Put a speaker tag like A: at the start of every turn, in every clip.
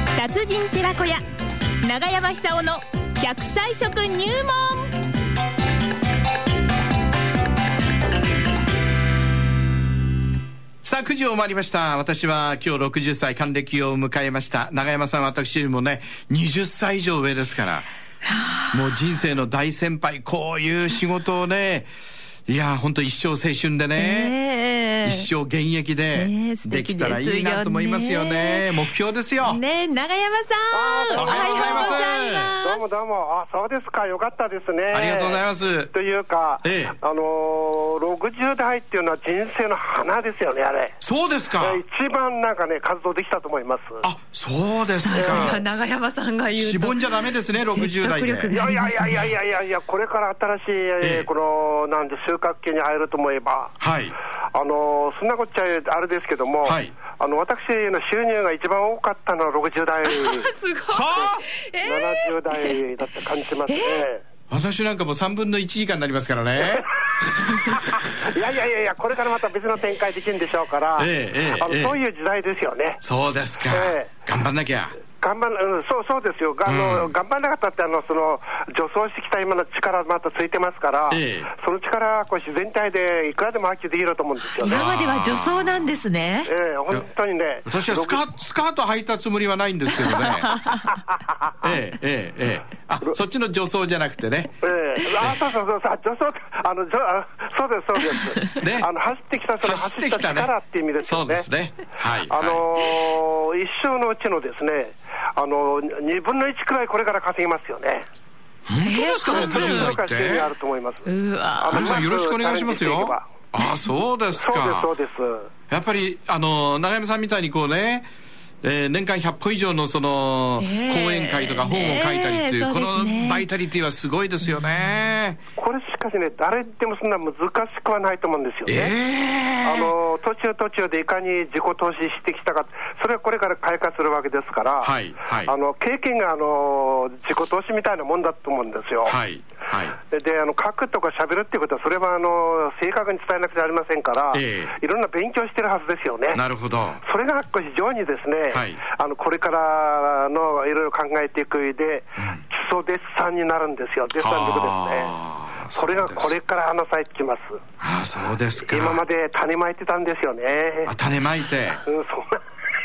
A: ン寺子屋長山久夫の100歳食入門
B: さあ、9時を回りました。私は今日60歳還暦を迎えました。長山さん、私よりもね、20歳以上上ですから、もう人生の大先輩、こういう仕事をね、いや、本当一生青春で
A: え
B: ね、
A: え
B: 一生現役で
A: ねえ素
B: で
A: 敵
B: きたらいいなと思いますよ
A: ですよね
B: ね。目標ですよ。
A: ねえ長山さん
B: あー
A: おはようござい
B: お
A: ま
C: どうもどうも、あそうですか、よかったですね。。
B: ありがとうございますす。
C: というか、
B: ええ
C: あのー、60代っていうのは人生の花ですよね、あれ。
B: そうですか。
C: 一番なんかね、活動できたと思います。
B: あ、そうです
A: すさすが
B: か。
A: 長山さんが言うと
B: しぼんじゃダメです ね、60代
A: 説得力
C: い
B: で
A: が。
C: やいやいやいやいやいやいや、これから新しい、
B: え
C: え
B: え
C: ーこの、なんで、収穫期に入ると思えば、
B: はい。
C: あのーそんなこっちゃあれですけども、
B: はい
C: あの私の収入が一番多かったのは60代、
A: すごい
B: はあ
A: え
C: 70代だって感じますね。
B: 私なんかもう3分の1以下になりますからね。
C: いやいやいやいや、これからまた別の展開できるんでしょうから、
B: ええええ
C: あの
B: ええ
C: そういう時代ですよね。
B: そうですか。
C: ええ
B: 頑張んなきゃ。
C: 頑張ん、うん、そうそうですよ、あの
B: うん
C: 頑張んなかったってあのその、助走してきた今の力、またついてますから、
B: ええ
C: その力はこう自然体でいくらでも発揮できると思うんですよね。
A: 今までは女装なんですね
C: ええ本当にね、
B: 私はスカスカート履いたつもりはないんですけどね。 ええ、ええ、ええ。あ、そっちの女装じゃなくてね。
C: ええあそうそうそうそう、あ助走あの助あそうです、そうです、
B: ね
C: あの走ってきた、その走った力っていう意味ですよ
B: そうですね。はい。
C: あ
B: はい
C: のー一生のうちのですね、あの2分の1くらいこれから稼ぎますよね。
B: 本当ですか、
A: ええ
B: 60
C: ど
B: 代
C: うか
B: っ
C: 収入ある
B: て。
C: と思います。
A: うわ
C: あの
B: 皆さんよろしくお願いしますよ。ああ、そうです
C: そうです、
B: か
C: そ。うです。
B: やっぱり、あの、長山さんみたいにこうね、えー年間100本以上のその、講
A: ええ
B: 演会とか本を書いたりってい
A: え
B: う、
A: えそ
B: こ
A: う
B: の
A: ですね
B: バイタリティはすごいですよね。
C: これしかしね、誰でもそんな難しくはないと思うんですよ
B: え
C: ね。
B: え
C: あの途中途中でいかに自己投資してきたか、それはこれから開花するわけですから、
B: はいはい
C: あの経験があの自己投資みたいなもんだと思うんですよ。
B: はい。はい。
C: であの書くとか喋るっていうことは、それはあの正確に伝えなくてはありませんから、
B: ええ
C: いろんな勉強してるはずですよね。
B: なるほど。
C: それが非常にですね、
B: はい
C: あのこれからのいろいろ考えていく上で、基礎デッサンになるんですよ、デッサン力
B: あー
C: ですね。これが
B: そうです
C: これから花咲いてきます。
B: ああ、そうですか。
C: 今まで種まいてたんですよね。
B: あ種まいて、
C: うん、そんな。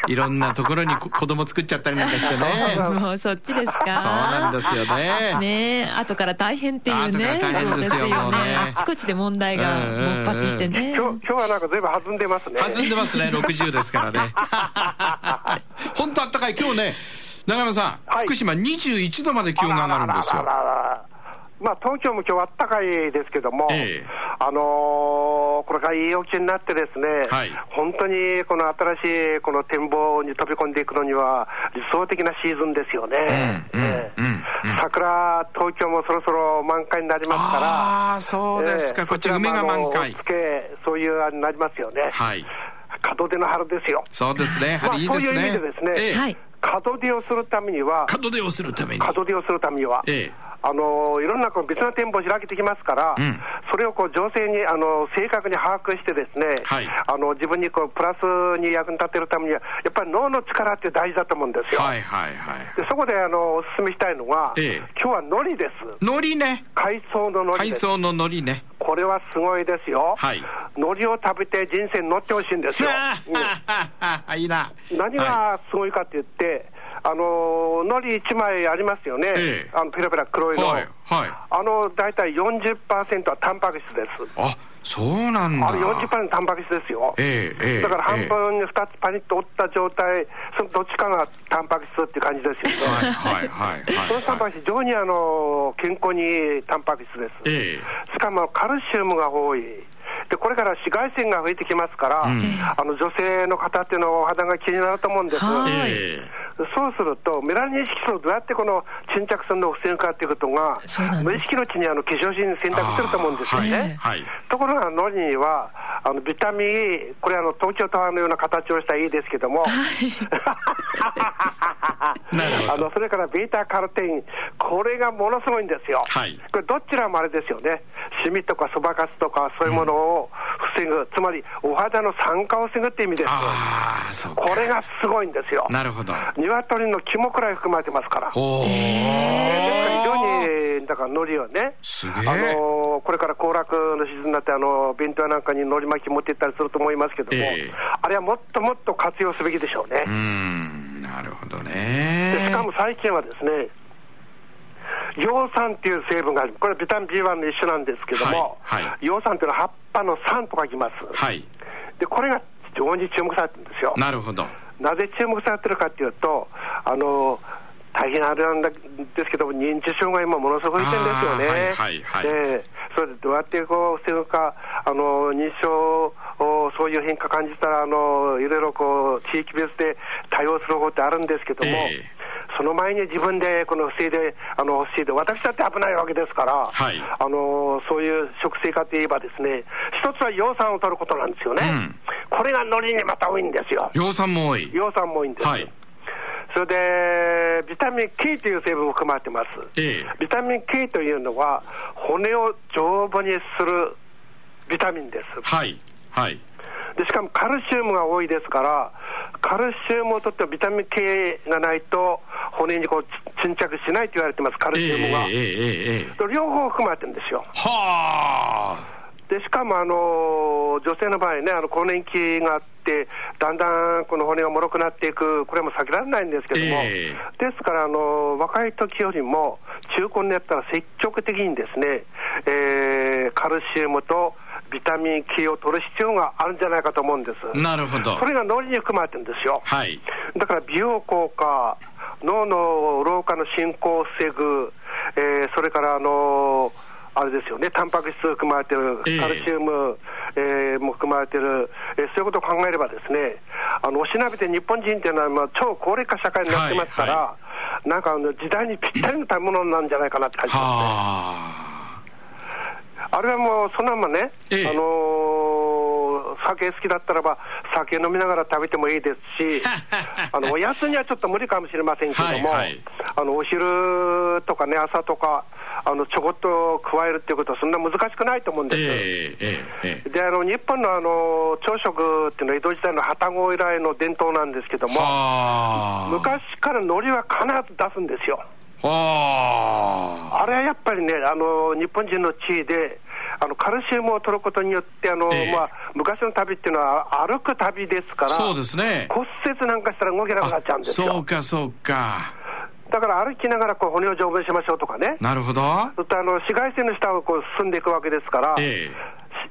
B: いろんなところにこ子供作っちゃったりなんかしてね。そう
A: もうそっちですかそう
B: なんですよね。
A: ねえ、後から大変っていうね。
B: 後から大変ですよ
A: そう
B: もうね
A: あちこちで問題が勃発してね。
C: 今日今日はなんかずいぶん弾んでますね。
B: 弾んでますね、60ですからね。本当あったかい。今日ね、長山さん、
C: はい
B: 福島21度まで気温が上がるんです
C: あ
B: よ
C: ら。らららまあ、東京も今日あったかいですけども、
B: ええ
C: あのーこれからいいお気になってですね、
B: はい
C: 本当にこの新しいこの展望に飛び込んでいくのには、理想的なシーズンですよね。
B: うんうん
C: え
B: う
C: え
B: んうん
C: 桜、東京もそろそろ満開になりますから、
B: ああー、そうです
C: え
B: か。
C: え
B: こっち梅が満開
C: そちらもあの。つけ、そういうあれになりますよね。
B: はい。
C: 門出の春ですよ。
B: そうですね。やはりいい
C: まあ、
B: で
C: そうい
B: す
C: う意
B: ね
C: 味でですね。、
B: ええ
A: はい
C: 門出をするためには、
B: 門出をするために。
C: 門出をするためには、
B: ええ
C: あのいろんなこう別の店舗を開けてきますから、
B: うん
C: それをこう情勢にあの正確に把握して、ですね、
B: はい
C: あの自分にこうプラスに役に立てるためには、やっぱり脳の力って大事だと思うんですよ。
B: はいはいはい。
C: でそこであのお勧めしたいのが、
B: ええ
C: 今日は海苔です。
B: 海苔ね。
C: 海藻の海苔
B: 海
C: です。
B: 藻の海苔ね。
C: これはすごいですよ。
B: はい
C: 海苔を食べて人生に乗ってほしい んですよ。うん
B: あ いいな。
C: 何
B: はい
C: がすごいかって言って、あの海苔1枚ありますよね、
B: ええ
C: あのペラペラ黒いの、
B: はいはい
C: あの大体40%はタンパク質です、
B: あそうなんだ。
C: あれ40%タンパク質ですよ、
B: ええええ
C: だから半分に2つパニッと折った状態、そのどっちかがタンパク質って感じですよ
B: は
C: ね。
B: いはいはいはいはい。
C: そのタンパク質、非常にあの健康にいいタンパク質です。
B: ええ
C: しかもカルシウムが多い。で、これから紫外線が増えてきますから、
B: うん
C: あの女性の方っていうのはお肌が気になると思うんです。
A: は
B: え
A: い
B: え
C: そうすると、メラニン色素をどうやってこの沈着するのを防ぐかっていうことが
A: そうなんです、
C: 無意識のうちにあの化粧品に選択すると思うんですよね。
B: はいはい
C: ところが、ノリには、あのビタミン E、これあの東京タワーのような形をした E ですけども、
B: なるほ
C: あ
B: ど
C: のそれからベータカロテイン、これがものすごいんですよ、
B: はい
C: これ、どちらもあれですよね、シミとかそばかすとか、そういうものを防ぐ、つまりお肌の酸化を防ぐって意味ですよ、
B: ああそうか
C: これがすごいんですよ、
B: なるほど
C: 鶏の肝くらい含まれてますから。
B: おお、
C: 非常にだから海苔をね、
B: すげえ
C: あのこれから行楽のシーズンになって、あの弁当屋なんかに海苔巻き持って行ったりすると思いますけども、
B: ええ
C: あれはもっともっと活用すべきでしょうね。
B: うんなるほど
C: で
B: ね
C: しかも最近はですね、葉酸っていう成分がある、これはビタミン B1 の一種なんですけども、
B: はいはい
C: 葉酸っていうのは葉っぱの酸と書きます、
B: はい
C: で、これが非常に注目されてるんですよ。
B: なるほど
C: なぜ注目されてるかっていうと、あの大変あれなんだですけども、認知障害もものすごい点ですよね。
B: あーはいはいはい
C: でそれでどうやってこう防ぐか、あの認知症をそういう変化感じたらあの、いろいろこう地域別で対応する方法ってあるんですけども、
B: ええ
C: その前に自分でこの防いで、あの防いで、私だって危ないわけですから、
B: はい
C: あのそういう食生活といえば、ですね一つは葉酸を取ることなんですよね、
B: うん
C: これがのりにまた多いんですよ。
B: 量産も多い
C: 葉酸も多いんです、
B: はい
C: それでビタミン K という成分も含まれてます、
B: ええ
C: ビタミン K というのは骨を丈夫にするビタミンです
B: はいはい
C: でしかもカルシウムが多いですからカルシウムを取ってビタミン K がないと骨にこうち沈着しないと言われてますカル
B: ええ
C: シウムが、
B: ええええええ
C: で両方含まれてるんですよ
B: はあ
C: でしかも、あの女性の場合ね、あの更年期があって、だんだんこの骨が脆くなっていく、これも避けられないんですけども、
B: え
C: ですから、あの若い時よりも、中高になったら積極的にですね、えーカルシウムとビタミン K を取る必要があるんじゃないかと思うんです。
B: なるほど
C: それが脳裏に含まれてるんですよ。
B: はい
C: だから美容効果、脳の老化の進行を防ぐ、えーそれからあのあれですよね、タンパク質含まれてる、
B: ええ
C: カルシウム、えーも含まれてる、えーそういうことを考えればですね、あのおしなべて日本人っていうのは今超高齢化社会になってますから、
B: は
C: なんかあの時代にぴったりの食べ物なんじゃないかなって感じますね。
B: はあ
C: あれはもうそのままね、
B: ええ
C: あのー酒好きだったらば、酒飲みながら食べてもい いですし、あのおやつにはちょっと無理かもしれませんけども、
B: はいはい
C: あのお昼とかね、朝とか、あのちょこっと加えるっていうことは、そんな難しくないと思うんです。
B: ええええええ
C: であの日本のあの朝食っていうのは江戸時代の旅籠以来の伝統なんですけども、
B: はあ
C: 昔から海苔は必ず出すんですよ。
B: はあ
C: あれはやっぱりね、あの日本人の地位で、あのカルシウムを取ることによって、あの
B: ええ
C: まあ、昔の旅っていうのは歩く旅ですから、
B: そうですね
C: 骨折なんかしたら動けなくなっちゃうんです
B: そう
C: よ。
B: かそうか
C: だから歩きながらこう骨を丈夫にしましょうとかね、
B: なるほど
C: そしてあの紫外線の下をこう進んでいくわけですから、
B: え
C: し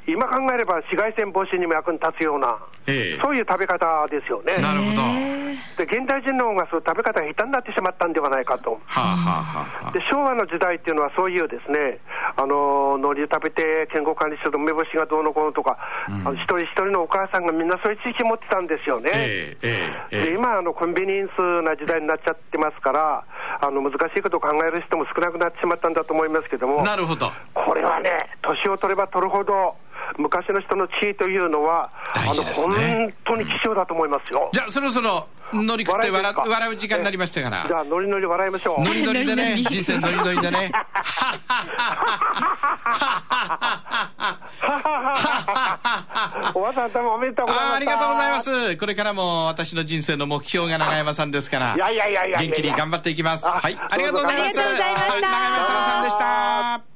C: 今考えれば紫外線防止にも役に立つような、
B: え
C: そういう食べ方ですよね。
B: えなるほどは
C: で現代人の方がそういう食べ方が下手になってしまったんではないかと。
B: あはあはあは
C: で昭和の時代っていうのは、そういうですね、あの海苔食べて健康管理食堂、梅干しがどうのこうのとか、あの一人一人のお母さんがみんなそういう知識持ってたんですよね。
B: あええええ
C: で
B: ええ
C: 今あの、コンビニエンスな時代になっちゃってますから、あの難しいことを考える人も少なくなってしまったんだと思いますけども、
B: なるほど
C: これはね、年を取れば取るほど、昔の人の地位というのは、
B: 大
C: あの
B: 事です
C: 本
B: ね
C: 当に貴重だと思いますよ。
B: じゃあそろそろ乗り食って笑
C: ですか
B: 笑う時間になりましたか
C: ええじゃ
B: ら
C: あ、ノリノリ笑いましょう。
B: ノリノリで
A: ノ
B: ね
A: リノリ
B: 人生ノリノリでね
C: おばさん、どうもおめでとうございまし
B: あ
C: た
B: ーありがとうございます。これからも私の人生の目標が永山さんですから。
C: いやいやいやいやいや
B: 元気に頑張っていきます。
C: あ
B: はい。ありがとうございます。
A: ありがとうございました
B: はい永山さんでした。